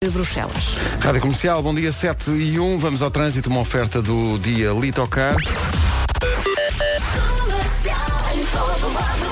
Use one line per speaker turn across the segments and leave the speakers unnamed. de Bruxelas.
Rádio Comercial, bom dia 7 e 1. Vamos ao trânsito, uma oferta do dia Litocar.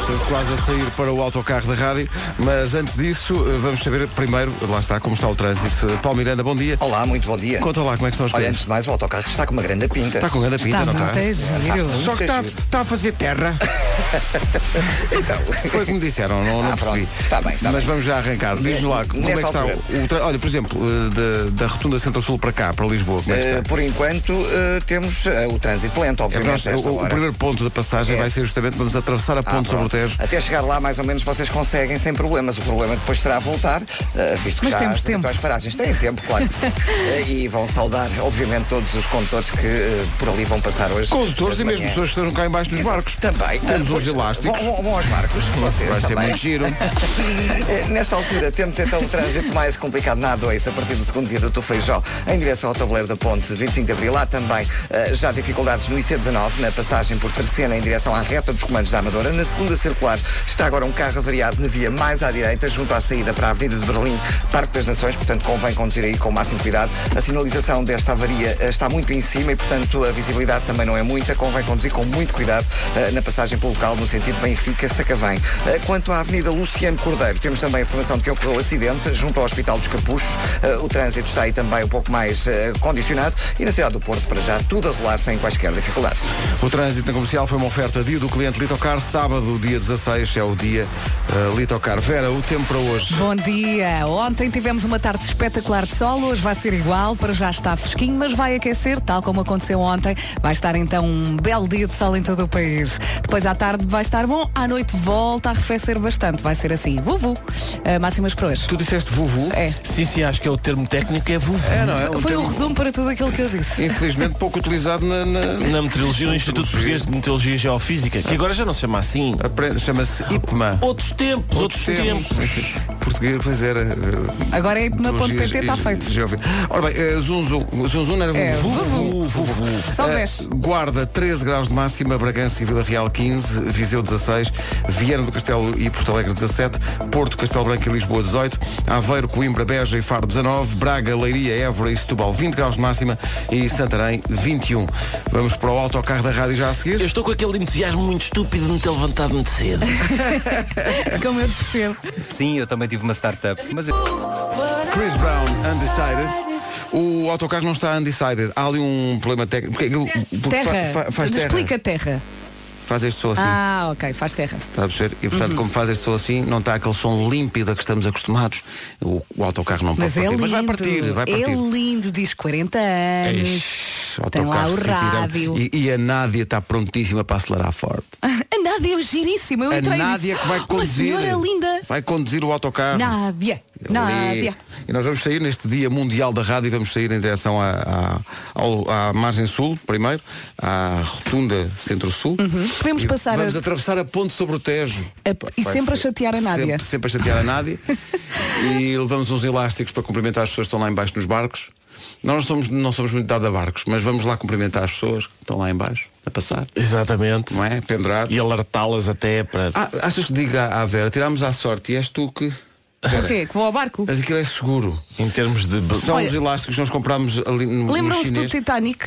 Estamos quase a sair para o autocarro da rádio, mas antes disso, eh, vamos saber primeiro, lá está, como está o trânsito. Eh, Paulo Miranda, bom dia.
Olá, muito bom dia.
Conta lá como é que estão as
Olha,
coisas.
antes de mais, o autocarro está com uma grande pinta.
Está com grande pinta, não está?
Tá, é giro.
Só que está, está a fazer terra.
Então,
Foi o que me disseram, não, não
Ah, pronto.
percebi.
Está bem, está
Mas vamos já arrancar. Diz-nos lá, como é que
Nessa
está
altura.
o, o tra- Olha, por exemplo, eh, da, da Rotunda Centro-Sul para cá, para Lisboa, como é que
eh,
está?
por enquanto, eh, temos eh, o trânsito lento,
É porque
obviamente.
nós-
nesta
o, o
hora.
primeiro ponto da passagem
É.
vai ser justamente vamos atravessar a
Ah,
ponte sobre o
pronto.
Tejo.
Até chegar lá, mais ou menos, vocês conseguem sem problemas. O problema depois será voltar, eh, visto que
Mas
já
temos
as
tempo.
habituais paragens. Têm tempo, claro que sim. Eh, e vão saudar, obviamente, todos os condutores que eh, por ali vão passar hoje.
Condutores
de
e mesmo
manhã.
pessoas que estão cá em baixo nos
Exato.
barcos.
Também. Ah,
Temos
pois,
os elásticos.
Vão, vão- vão aos barcos. Vocês
Vai ser
também.
muito giro.
Eh, Nesta altura temos então o trânsito mais complicado na A2 a partir do segundo viaduto do Feijó em direção ao tabuleiro da ponte 25 de Abril. Há também eh, já dificuldades no IC19 na passagem por Terceira em direção à reta dos comandos da Amadora. Na segunda circular está agora um carro avariado na via mais à direita junto à saída para a Avenida de Berlim, Parque das Nações. Portanto, convém conduzir aí com o máximo cuidado. A sinalização desta avaria eh, está muito em cima e, portanto, a visibilidade também não é muita. Convém conduzir com muito cuidado eh, na passagem pelo local no sentido Benfica-Sacavém. Eh, Quanto à Avenida Luciano Cordeiro, temos também a informação de que ocorreu um acidente junto ao Hospital dos Capuchos. Eh, O trânsito está aí também um pouco mais eh, condicionado e na cidade do Porto, para já, tudo a rolar sem quaisquer dificuldades.
O trânsito na comercial foi uma oferta dia do cliente Litocar. Sábado, dia 16, é o dia eh, Litocar. Vera, o tempo para hoje.
Bom dia. Ontem tivemos uma tarde espetacular de sol, hoje vai ser igual, para já está fresquinho, mas vai aquecer, tal como aconteceu ontem. Vai estar então um belo dia de sol em todo o país. Depois à tarde vai estar bom, à noite volta a arrefecer bastante, vai ser assim. Vuvu. Ah, máximas para hoje.
Tu disseste vuvu?
É.
Sim, sim, acho que é o termo técnico, é vuvu.
É, não é? Um
Foi um
termo,
resumo para tudo aquilo que eu disse.
Infelizmente pouco utilizado na... na-
Na meteorologia, no Instituto Português de Meteorologia e Geofísica, que agora já não se chama assim.
aprende- Chama-se IPMA.
Outros tempos, outros, tempos.
Enfim, Português, pois era... eh,
Agora é hipma.pt,
Geologia-
está feito.
Geovi- Ora bem, eh, Zunzu, Zunzu não era
É,
Vuvu.
Vuvu, vuvu.
Só
Eh,
10.
Guarda 13 graus de máxima, Bragança e Vila Real 15, Viseu 16, Viana do Castelo e Porto Alegre 17, Porto, Castelo Branco e Lisboa 18, Aveiro, Coimbra, Beja e Faro 19, Braga, Leiria, Évora e Setúbal 20 graus de máxima e Santarém 21. Vamos para o autocarro da rádio já a
Eu
seguir.
estou com aquele entusiasmo muito estúpido de me ter levantado muito cedo.
é Como eu te percebo.
Sim, eu também tive uma startup. Mas
Chris Brown, Undecided. O autocarro não está undecided. Há ali um problema técnico. Porque aquilo- porque
Terra.
fa- fa- faz terra.
Explica terra.
Faz este som assim.
Ah, ok, faz terra.
Está a perceber? E
Uhum.
portanto, como faz este som assim, não está aquele som límpido a que estamos acostumados. O, o autocarro não pode
Mas é
partir.
lindo.
Mas vai partir, vai partir. É
É lindo, diz 40 anos.
Eish,
Tem lá
autocarro
o
se tirar.
rádio.
E, e a Nádia está prontíssima para acelerar forte.
A Nádia é giríssima. Eu
A
entrei e
Nádia
disse,
que vai
"Oh,
conduzir.
Uma senhora linda.
Vai conduzir o autocarro.
Nádia.
Ali.
Nádia.
E nós vamos sair neste dia mundial da rádio, vamos sair em direção à, à- ao- à margem sul, primeiro, à rotunda centro-sul.
Uhum. Podemos
E
passar
Vamos
a-
atravessar a ponte sobre o Tejo.
A-
Pá,
e
vai
sempre a
ser-
chatear a Nádia.
Sempre, sempre a chatear a Nádia. e levamos uns elásticos para cumprimentar as pessoas que estão lá embaixo nos barcos. Nós não somos, não somos muito dado a barcos, mas vamos lá cumprimentar as pessoas que estão lá embaixo, a passar,
Exatamente.
não é? Pendurados.
E alertá-las até para.
Ah, achas que diga à, à Vera, tirámos à sorte e és tu que.
O quê? Que vou ao barco?
Mas aquilo é seguro.
Em termos de.
São
Olha,
os elásticos que nós comprámos ali no, no
Lembram-se do
um chinês.
Titanic?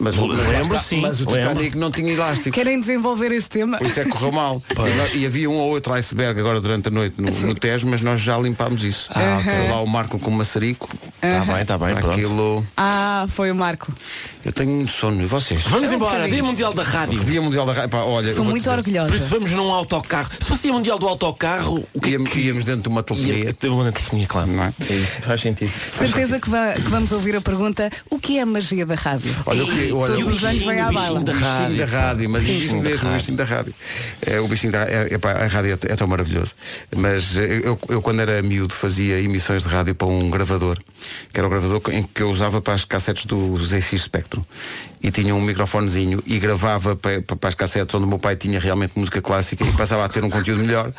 Mas, o- mas lá
Lembro,
está,
sim,
mas o
lembro.
Titanic não tinha elástico.
Querem desenvolver esse tema?
Por isso é que correu mal. E, nós- e havia um ou outro iceberg agora durante a noite no, no Tejo, mas nós já limpámos isso.
Ah, ok.
Foi lá o Marco com o maçarico.
Está Tá bem, está bem, pronto.
Aquilo.
Ah, foi o Marco.
Eu tenho muito sono. E vocês?
Vamos
Um
embora,
bocadinho.
Dia Mundial da Rádio.
Dia Mundial da Rádio. Pá, olha, eu
Estou
vou
muito
dizer,
Por isso
orgulhosa.
vamos num autocarro. Se fosse Dia Mundial do Autocarro, o que é
Íamos,
que.
íamos dentro de uma
Ia-
telefonia.
Tem uma telefonia, claro.
Não é?
isso, faz sentido.
Certeza que, va- que vamos ouvir a pergunta: o que é a magia da rádio?
Olha, o que- olha,
Todos
o
os anos
bichinho,
vem à
o
bala.
bichinho da
O bichinho da
rádio.
rádio, mas existe
Sim.
mesmo o bichinho da rádio. É, o bichinho da é, epá, a rádio é t- é, tão maravilhoso. Mas eh, eu, eu, quando era miúdo fazia emissões de rádio para um gravador, que era o gravador em que eu usava para as cassetes do ZX Spectrum. E tinha um microfonezinho e gravava pa- pa- para, as cassetes onde o meu pai tinha realmente música clássica e passava a ter um conteúdo melhor.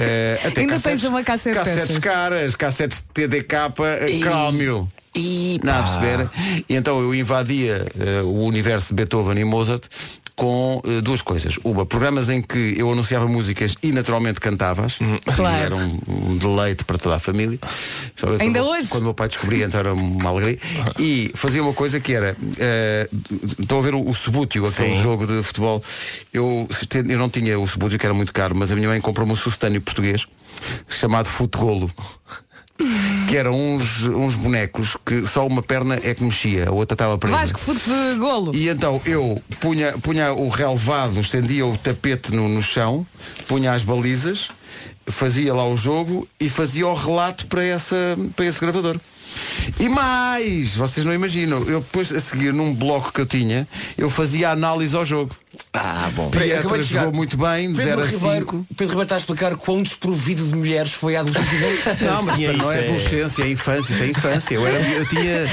Eh, até
Ainda tens uma cassete
Cassetes
dessas.
caras, cassetes TDK, eh, Crómio. E não a perceber. E então eu invadia eh, o universo de Beethoven e Mozart com eh, duas coisas. Uma, programas em que eu anunciava músicas e naturalmente cantavas. que
Claro.
Era um, um deleite para toda a família. Só eu
Ainda
quando-
hoje?
Quando meu pai descobria, então era uma alegria. E fazia uma coisa que era. eh, estão a ver o, o Subútil, aquele jogo de futebol. Eu, eu não tinha o Subútil, que era muito caro, mas a minha mãe comprou-me um sustânio português chamado Futebolo que eram uns, uns bonecos que só uma perna é que mexia, a outra estava presa.
Vasco, fute de golo.
E então eu punha, punha o relevado, estendia o tapete no, no chão, punha as balizas, fazia lá o jogo e fazia o relato para, essa, para esse gravador. E mais, vocês não imaginam, eu depois a seguir num bloco que eu tinha, eu fazia a análise ao jogo.
Ah, bom.
Pietra jogou muito bem, de
Pedro
0 a
Ribeiro,
5.
Pedro Ribeiro está a explicar quão desprovido de mulheres foi a adolescência.
Não, mas
Sim, é
não é
isso, é-
adolescência, é infância, isto é infância. Eu, era- eu tinha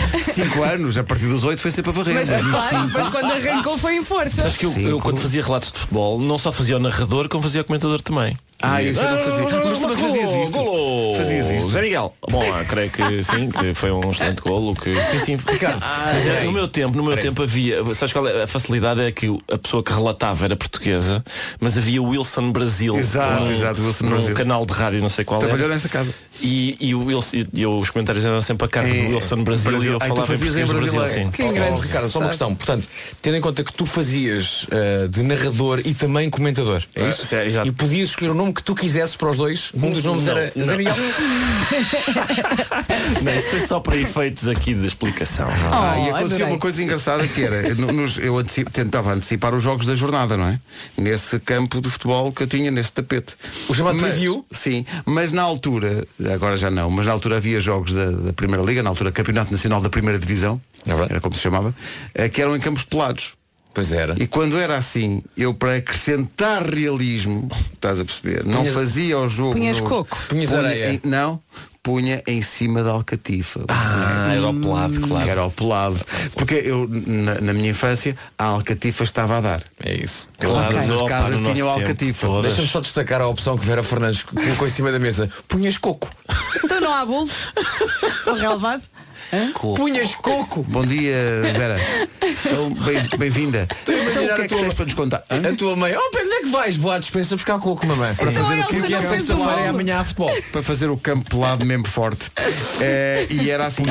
5 anos, a partir dos 8 foi sempre a varrer.
Mas,
assim,
claro, depois quando arrancou foi em força.
Sabes que eu, eu, quando fazia relatos de futebol, não só fazia o narrador, como fazia o comentador também.
Ah, isso eu não fazia. Mas também fazias
Golo,
isto.
golo.
Fazias isto.
Zé Miguel. Bom, ah, creio que sim, que foi um excelente golo. Que... Sim, sim. Ricardo,
ah,
mas era- no meu tempo, no meu tempo havia. Sabes qual é? A facilidade é que a pessoa que relatava era portuguesa, mas havia o Wilson Brasil.
Exato,
num-
exato, Wilson
num
Brasil.
canal de rádio, não sei qual era.
Trabalhou nesta casa.
E, e, o Wilson, e, e os comentários eram sempre a cargo
É,
do Wilson Brasil,
Brasil.
e eu
Ah, tu
falava em
fazias em é?
português Brasil,
brasileiro.
sim.
Que engraçado.
Oh,
Ricardo, só uma questão. Portanto, tendo em conta que tu fazias eh, de narrador e também comentador, é
Ah,
isso?
é, exato.
e podias escolher o nome que tu quisesses para os dois. Um dos nomes
Não,
era
não.
Zé Miguel.
Não, isso foi só para efeitos aqui de explicação. não é?
Ah, e
Oh,
aconteceu
adorei.
uma coisa engraçada que era, no- nos- eu antici- tentava antecipar os jogos da jornada, não é? Nesse campo de futebol que eu tinha, nesse tapete.
O chamado
Mas-
preview?
Sim, mas na altura, agora já não, mas na altura havia jogos da, da Primeira Liga, na altura Campeonato Nacional da Primeira Divisão,
É verdade.
era como se chamava, eh, que eram em campos pelados.
Pois era.
E quando era assim, eu para acrescentar realismo, estás a perceber, não
Punhas-
fazia ao jogo.
Punhas
no-
coco?
Punhas
Punha
areia.
em- não, punha em cima da alcatifa.
Ah, era o pelado,
Que
claro.
era ao pelado. Porque eu, na, na minha infância, a alcatifa estava a dar.
É isso.
Claro,
Todas as
opa,
casas
no nosso
tinham
tempo,
alcatifa.
todas.
Deixa-me só destacar a opção que Vera Fernandes colocou em cima da mesa. Punhas coco.
Então não há bolos. O relevado.
Punhas coco.
Bom dia, Vera. Então, bem- Bem-vinda. então, o que
imaginar
é que
a tua-
tens para nos contar? Hã?
A tua mãe, oh Pedro, onde é que vais? Vou à dispensa buscar coco, mamãe. Para
Então
fazer
a
o quê?
Elsa
O que é
não
que
fez
esta
o
hora
é
bolo.
amanhã a futebol.
para fazer o campo pelado mesmo forte. Eh, e era assim.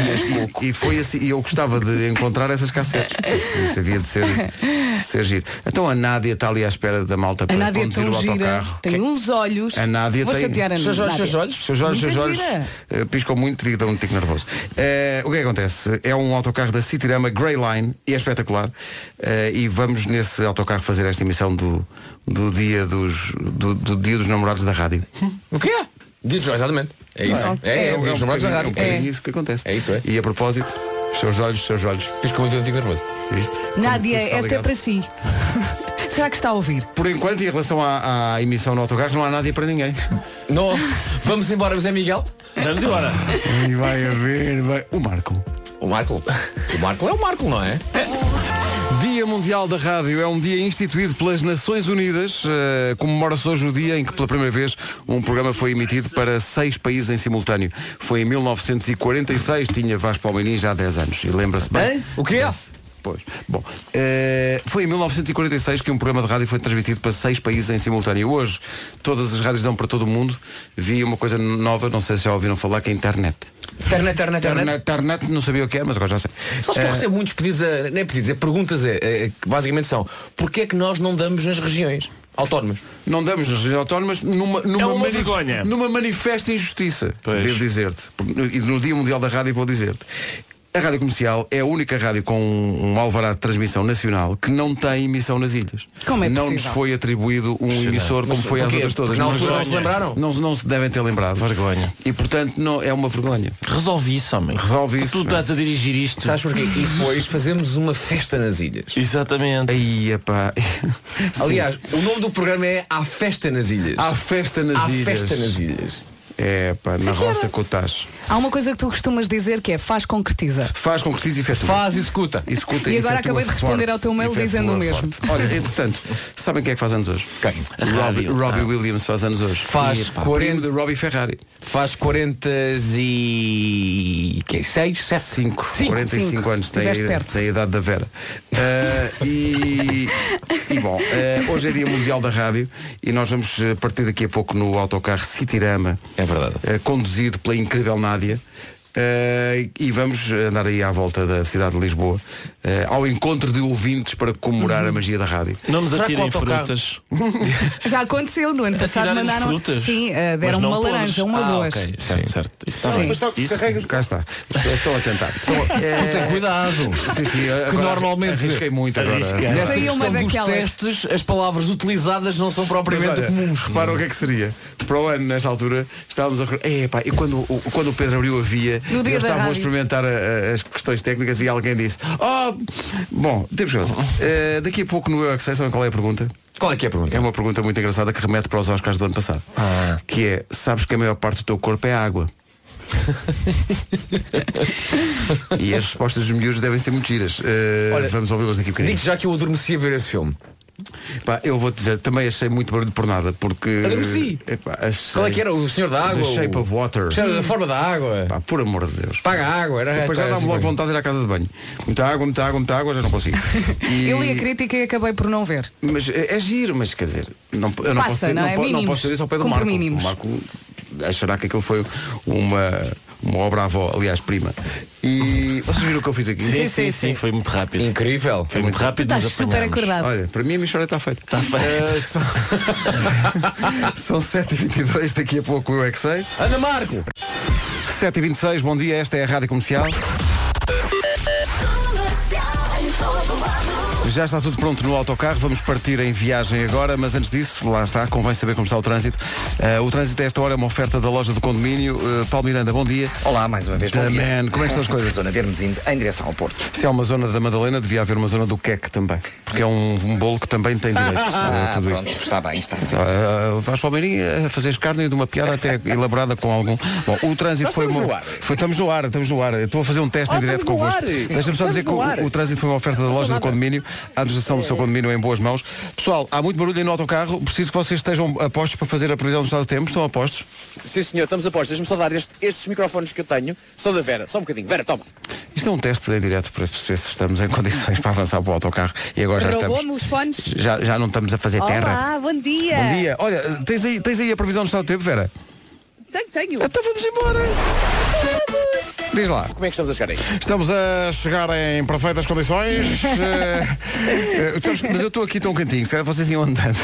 E, e foi assim. E eu gostava de encontrar essas cassetes. Isso havia de ser, de ser giro. Então a Nádia está ali à espera da malta
A
para
Nádia é
conduzir
tão
o
gira,
autocarro.
tem uns olhos.
A Nádia
Vou
tem-
chatear a
Seus olhos,
Nádia.
seus olhos.
Seus olhos,
Muito
seus olhos
gira.
eh, piscam muito devido a um tico nervoso. Eh, o que é que acontece? É um autocarro da Citirama Grey Line e é espetacular. Eh, e vamos nesse autocarro fazer esta emissão do, do, dia, dos, do, do dia dos namorados da rádio.
O quê? Dito, exatamente. É isso. É, é, é,
um
os namorados da
bocadinho-
rádio.
um bocadinho isso que acontece.
É isso, é.
E a propósito, seus olhos, seus olhos.
Tens que ouvir o antigo nervoso.
Viste?
Nádia,
Tudo
esta
está
é
ligado.
para si. Será que está a ouvir?
Por enquanto, em relação à, à emissão no autocarro, não há nada para ninguém.
Não. Vamos embora, Zé Miguel.
Vamos embora.
E vai haver. vai- O Marco.
O Marco. O Marco é o Marco, não é?
Dia Mundial da Rádio é um dia instituído pelas Nações Unidas. eh, Comemora-se hoje o dia em que, pela primeira vez, um programa foi emitido para seis países em simultâneo. Foi em 1946, tinha Vasco Palmeirim já há 10 anos. E lembra-se bem.
Hein? O quê?
Desse- Pois. Bom, eh, foi em 1946 que um programa de rádio foi transmitido para seis países em simultâneo. Hoje, todas as rádios dão para todo o mundo. Vi uma coisa nova, não sei se já ouviram falar, que é a internet.
Internet, internet,
Internet,
internet.
internet não sabia o que é, mas agora já sei.
Só se eu recebo muitos pedidos, a, não é pedidos, é perguntas, é, é, que basicamente são, porquê é que nós não damos nas regiões autónomas?
Não damos nas regiões autónomas numa, numa,
É
uma
mani-
vergonha.
numa manifesta injustiça,
Pois.
devo dizer-te. Porque no- E no Dia Mundial da Rádio vou dizer-te. A Rádio Comercial é a única rádio com um, um alvará de transmissão nacional que não tem emissão nas ilhas.
Como é
não nos
possível?
foi atribuído um emissor como foi às
porquê?
outras todas.
Porque na
Não-
altura não se lembraram?
Não, não se devem ter lembrado.
Vergonha.
E portanto não, é uma vergonha.
Resolvi isso, homem.
Resolve isso,
Tu estás a dirigir isto.
Sabes porquê? E depois fazemos uma festa nas ilhas.
Exatamente.
Aí, epá.
Aliás, o nome do programa é A Festa nas Ilhas.
Há festa nas
Há
ilhas.
Festa nas Ilhas.
É, pá, na roça com o tacho.
Há uma coisa que tu costumas dizer que é faz concretiza.
Faz com que se efetua.
Faz e escuta.
Escuta,
E agora
efetua
acabei de responder
forte,
ao teu mail
efetua
dizendo o mesmo.
forte. Olha, entretanto, sabem quem é que faz anos hoje?
Quem?
Robbie,
Rádio.
Robbie
Ah.
Williams faz anos hoje.
Faz
E, pá,
40.
Primo de Robbie Ferrari.
Faz 40 e... quê? 6, 7,
5, 45
Cinco.
anos, tem a,
Estiveste
idade-
perto.
tem a idade da Vera. Ah, e, e bom, ah, hoje é Dia Mundial da Rádio e nós vamos eh, partir daqui a pouco no autocarro Citirama.
É verdade.
eh, conduzido pela incrível Nádia. eh, e vamos andar aí à volta da cidade de Lisboa eh, ao encontro de ouvintes para comemorar
Uhum.
a magia da rádio.
Não nos
Será que
atirem
o autocarro-
frutas.
Já aconteceu no
É
ano passado,
Atiraram-nos
mandaram.
frutas.
Sim, eh,
Mas
deram
não
uma
podres.
laranja, uma
ah,
duas.
ok, certo, certo. Isso está
Sim.
bem.
Mas
Isso- Cá está. As pessoas estão a tentar.
Tem cuidado.
Sim, sim,
Que
agora
normalmente-
arrisquei muito agora.
Arriscar.
Nessa
Seria uma
questão dos
daquelas.
testes, as palavras utilizadas não são
Mas
propriamente
olha,
comuns.
Repara o que é que seria. Para o ano, nesta altura, estávamos a. É, pá, e quando, o- quando o Pedro abriu a via,
No dia
eles
da
estavam a
rádio.
experimentar a- a- as questões técnicas e alguém disse: Oh, bom, temos que. Eh, daqui a pouco no Eu é que sei, sabem qual é a pergunta?
Qual é que é a pergunta?
É uma pergunta muito engraçada que remete para os Oscars do ano passado.
Ah.
Que é: Sabes que a maior parte do teu corpo é água? e as respostas dos miúdos devem ser muito giras. Eh,
Olha,
vamos ouvi-las daqui a bocadinho.
Digo já que eu adormeci a ver esse filme.
Pá, eu vou te dizer, também achei muito barulho por nada, porque.
Adormeci.
Epá, achei-
Qual é que era? O Senhor da Água?
The Shape
o...
of Water.
Cheiro- A forma da água.
Pá, por amor de Deus.
Paga a água. Era,
Depois já
era
dá-me
assim,
logo vontade de ir à casa de banho. Muita água, muita água, muita água, já não consigo. E-
Eu li a crítica e acabei por não ver.
Mas é, é giro, mas quer dizer, não, eu não,
Passa,
posso, dizer,
não
não,
é?
po- não
Mínimos.
posso dizer isso ao pé do
Cumpre
Marco.
mínimos.
O Marco achará que aquilo foi uma, uma obra avó, aliás, prima. E vocês viram o que eu fiz aqui?
Sim, sim, sim, foi muito rápido.
Incrível.
Foi muito rápido,
Estás
mas
super
apanhámos.
acordado.
Olha, para mim a mistura está feita. Está
feita.
são 7h22, daqui a pouco eu é que sei.
Ana Marco!
7h26, bom dia, esta é a Rádio Comercial. Já está tudo pronto no autocarro, vamos partir em viagem agora, mas antes disso, lá está, convém saber como está o trânsito. Eh, o trânsito a esta hora é uma oferta da loja do condomínio. Eh, Paulo Miranda, bom dia.
Olá, mais uma vez. bom
The
dia.
man. Como é que estão as coisas?
Zona de Hermesinde, em direção ao Porto.
Se há é uma zona da Madalena, devia haver uma zona do queque também, porque é um, um bolo que também tem direito a Ah, tudo isto.
Ah, Pronto, está bem, está bem.
Uh, Vasco Palmeirinho a fazer escárnio de uma piada até elaborada com algum. Bom, o trânsito foi uma.
estamos no ar. Ah,
Foi, estamos no ar, estamos no ar. Eu Estou a fazer um teste em direto
estamos no
convosco.
ar.
Deixa-me só
Estamos
dizer que
no
o,
ar.
o trânsito foi uma oferta da loja do condomínio, a administração do seu condomínio é em boas mãos. Pessoal, há muito barulho aí no autocarro, preciso que vocês estejam a postos para fazer a previsão do estado do tempo. Estão a postos?
Sim, senhor, estamos a postos. Deixa-me só dar este- estes microfones que eu tenho. São da Vera, só um bocadinho. Vera, toma.
Isto é um teste em direto para perceber se estamos em condições para avançar para o autocarro. E agora já
Roubou-me
estamos.
os fones.
Já, já não estamos a fazer terra.
Olá, bom dia.
Bom dia. Olha, tens aí, tens aí a previsão do estado do tempo, Vera?
Tenho, tenho.
Então vamos embora. Diz lá.
Como é que estamos a chegar aí?
Estamos a chegar em perfeitas condições. Eh, eh, estamos- mas eu estou aqui tão cantinho, se calhar vocês iam andando.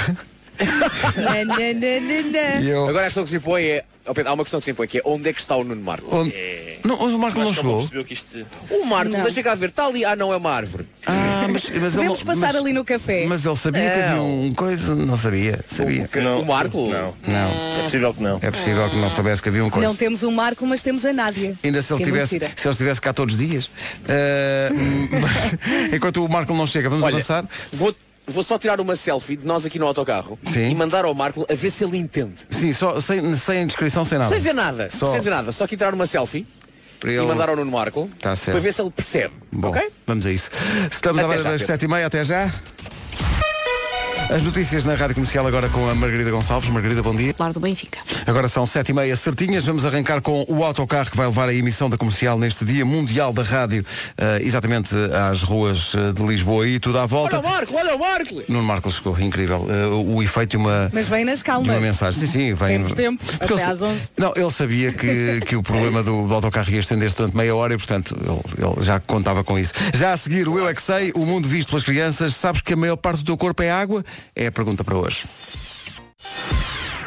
Na, na, na, na, na.
E eu.
Agora a questão que se impõe é... oh, Pedro, há uma questão que se impõe que é onde é que está o Nuno Marco?
Onde,
é.
não, onde o Marco não chegou.
O Marco,
Não.
deixa cá ver. Está ali. Ah, não, é uma árvore.
Ah, mas, mas
Podemos
ele,
passar
mas-
ali no café.
Mas ele sabia que havia um coisa. Não sabia. Sabia.
Que- o Marco? Não.
Não.
É possível que não.
É possível que não soubesse que havia um coisa.
Não temos o Marco, mas temos a Nádia.
Ainda se ele,
Que é
tivesse,
mentira.
se ele estivesse cá todos os dias. Eh, mas- enquanto o Marco não chega, vamos
Olha,
avançar.
vou, vou só tirar uma selfie de nós aqui no autocarro
Sim.
e mandar ao Marco a ver se ele entende.
Sim, só sem, sem descrição, sem nada.
Sem dizer nada.
Tá Só-
Sem dizer nada. Só aqui tirar uma selfie
Para
e
ele-
mandar ao Nuno Marco
Tá certo.
para ver se ele percebe.
Bom,
Ok?
vamos a isso. Estamos à
Até
beira
já,
das
Pedro.
sete e meia, até já. As notícias na Rádio Comercial agora com a Margarida Gonçalves. Margarida, bom dia.
Lar do Benfica.
Agora são sete e meia certinhas. Vamos arrancar com o autocarro que vai levar a emissão da comercial neste dia mundial da rádio, eh, exatamente às ruas eh, de Lisboa e tudo à
Olha
volta.
o Marco, olha o Marco!
Nuno Marcos chegou, incrível. Eh, o- o efeito e uma...
Mas vem nas
De uma
calmas.
mensagem, sim, sim, vem.
um Temos tempo,
Porque
até
ele-
às 11.
Não, ele sabia que, que o problema do, do autocarro ia estender-se durante meia hora e, portanto, ele, ele já contava com isso. Já a seguir, o Eu É Que Sei, o mundo visto pelas crianças, sabes que a maior parte do teu corpo é água? É a pergunta para hoje.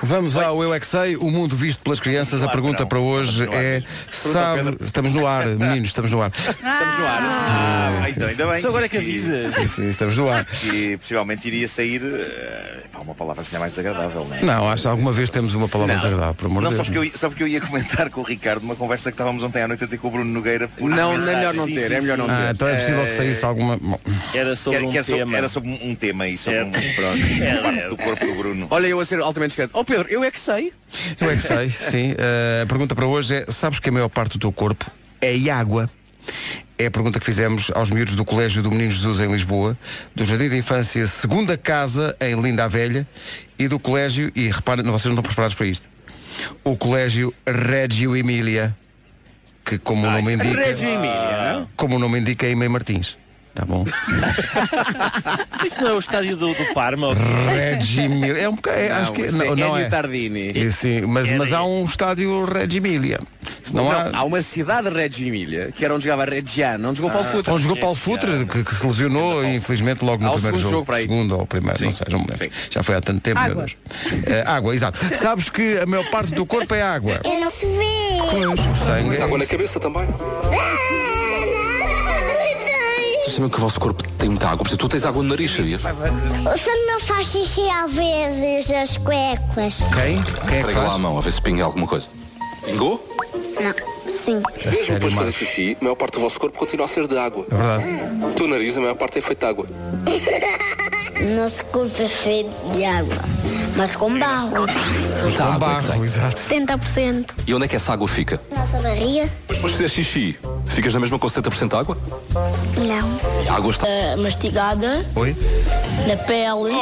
Vamos ao Eu É Que Sei, o mundo visto pelas crianças. A pergunta para hoje é: sabe, estamos no ar, meninos, estamos no ar.
Ah, então, ainda bem.
Só agora é que avisa.
Sim, sim, estamos no ar.
Que possivelmente iria sair eh, pá, uma palavra assim é mais desagradável, não é?
Não, acho que alguma vez temos uma palavra desagradável, por amor de
Não,
é.
só
Deus.
porque, eu, ia- só porque eu ia comentar com o Ricardo uma conversa que estávamos ontem à noite até com o Bruno Nogueira. por
Não, é
mensagem.
melhor não ter, é melhor não ter.
Ah, então é possível que saísse alguma. Bom,
Era
Que
sobre
era,
um
que era sobre-
tema.
era sobre um um tema e sobre
É.
um, pronto, uma parte do corpo do Bruno.
Olha, eu a ser altamente discreto. Oh Pedro, eu é que sei.
Eu é que sei, sim. Uh, a pergunta para hoje é, sabes que a maior parte do teu corpo é água? É a pergunta que fizemos aos miúdos do Colégio do Menino Jesus em Lisboa, do Jardim de Infância Segunda Casa em Linda a Velha e do Colégio, e reparem, não, vocês não estão preparados para isto, o Colégio Reggio Emília que como o nome indica.
Reggio Emília, não?
Como o nome indica é Imei Martins. Tá bom?
Ah.
Isso não é o estádio do, do Parma? ou quê?
Regimil. É um bocado. é,
Não,
acho que,
isso
não,
é
não
Ennio Tardini.
E sim, mas,
Era
mas há
ele.
um estádio Regimilia. Se não,
Não,
há.
há uma cidade de Reggio Emília, que era onde jogava Reggiano, onde jogou Paulo Futre.
Ah. Onde jogou Paulo Futre, que, que se lesionou, infelizmente, logo no
Ao
primeiro
segundo
jogo.
jogo, para aí.
Segundo ou primeiro, não sei, não me lembro. Já foi há tanto tempo,
Água.
meu Deus. Eh, água, exato. Sabes que a maior parte do corpo é água.
Eu não se vê.
Pois, o sangue. é isso.
cabeça também.
Sabem que o vosso corpo tem muita água, por exemplo, tu tens água no nariz, sabias?
O Samuel faz xixi às vezes as cuecas.
Quem? Quem é que lá a mão, a ver se pinga alguma coisa. Pingou?
Não, Ah, sim.
Mesmo depois de fazer xixi, a maior parte do vosso corpo continua a ser de água.
É verdade.
O teu nariz, a maior parte é feito de água.
Nosso corpo é feito de água, mas com barro.
Muita água é que tem.
70%.
E onde é que essa água fica?
Nossa barriga?
Mas depois de fazer xixi, ficas na mesma com 70% de água?
Não.
A água está...
ah, mastigada
Oi?
na pele.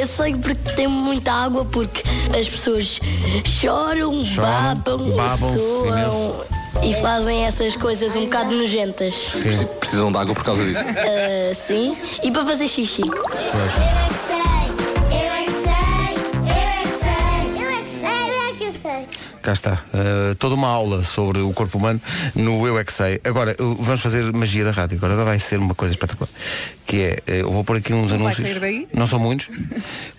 Eu sei porque tem muita água porque as pessoas choram,
Choram,
babam,
babam-se
soam
imenso.
e fazem essas coisas um bocado nojentas.
Preci- Precisam de água por causa disso.
Ah, sim. E para fazer xixi. é é
Cá está. Eh, toda uma aula sobre o corpo humano no Eu É Que Sei. Agora, eu- vamos fazer magia da rádio. Agora vai ser uma coisa espetacular. Que é, eh, eu vou pôr aqui uns
Não vai
anúncios.
sair daí?
Não são muitos.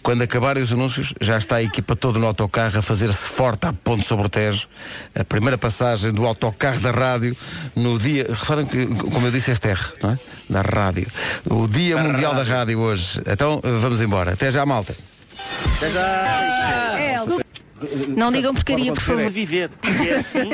Quando acabarem os anúncios, já está a equipa toda no autocarro a fazer-se forte à ponte sobre o Tejo. A primeira passagem do autocarro da rádio no dia. Reparem que, como eu disse, este R, não é? Da rádio. O Dia Mundial da Rádio hoje. Então, eh, vamos embora. Até já, malta.
Não digam porcaria, por favor.
Viver. É assim.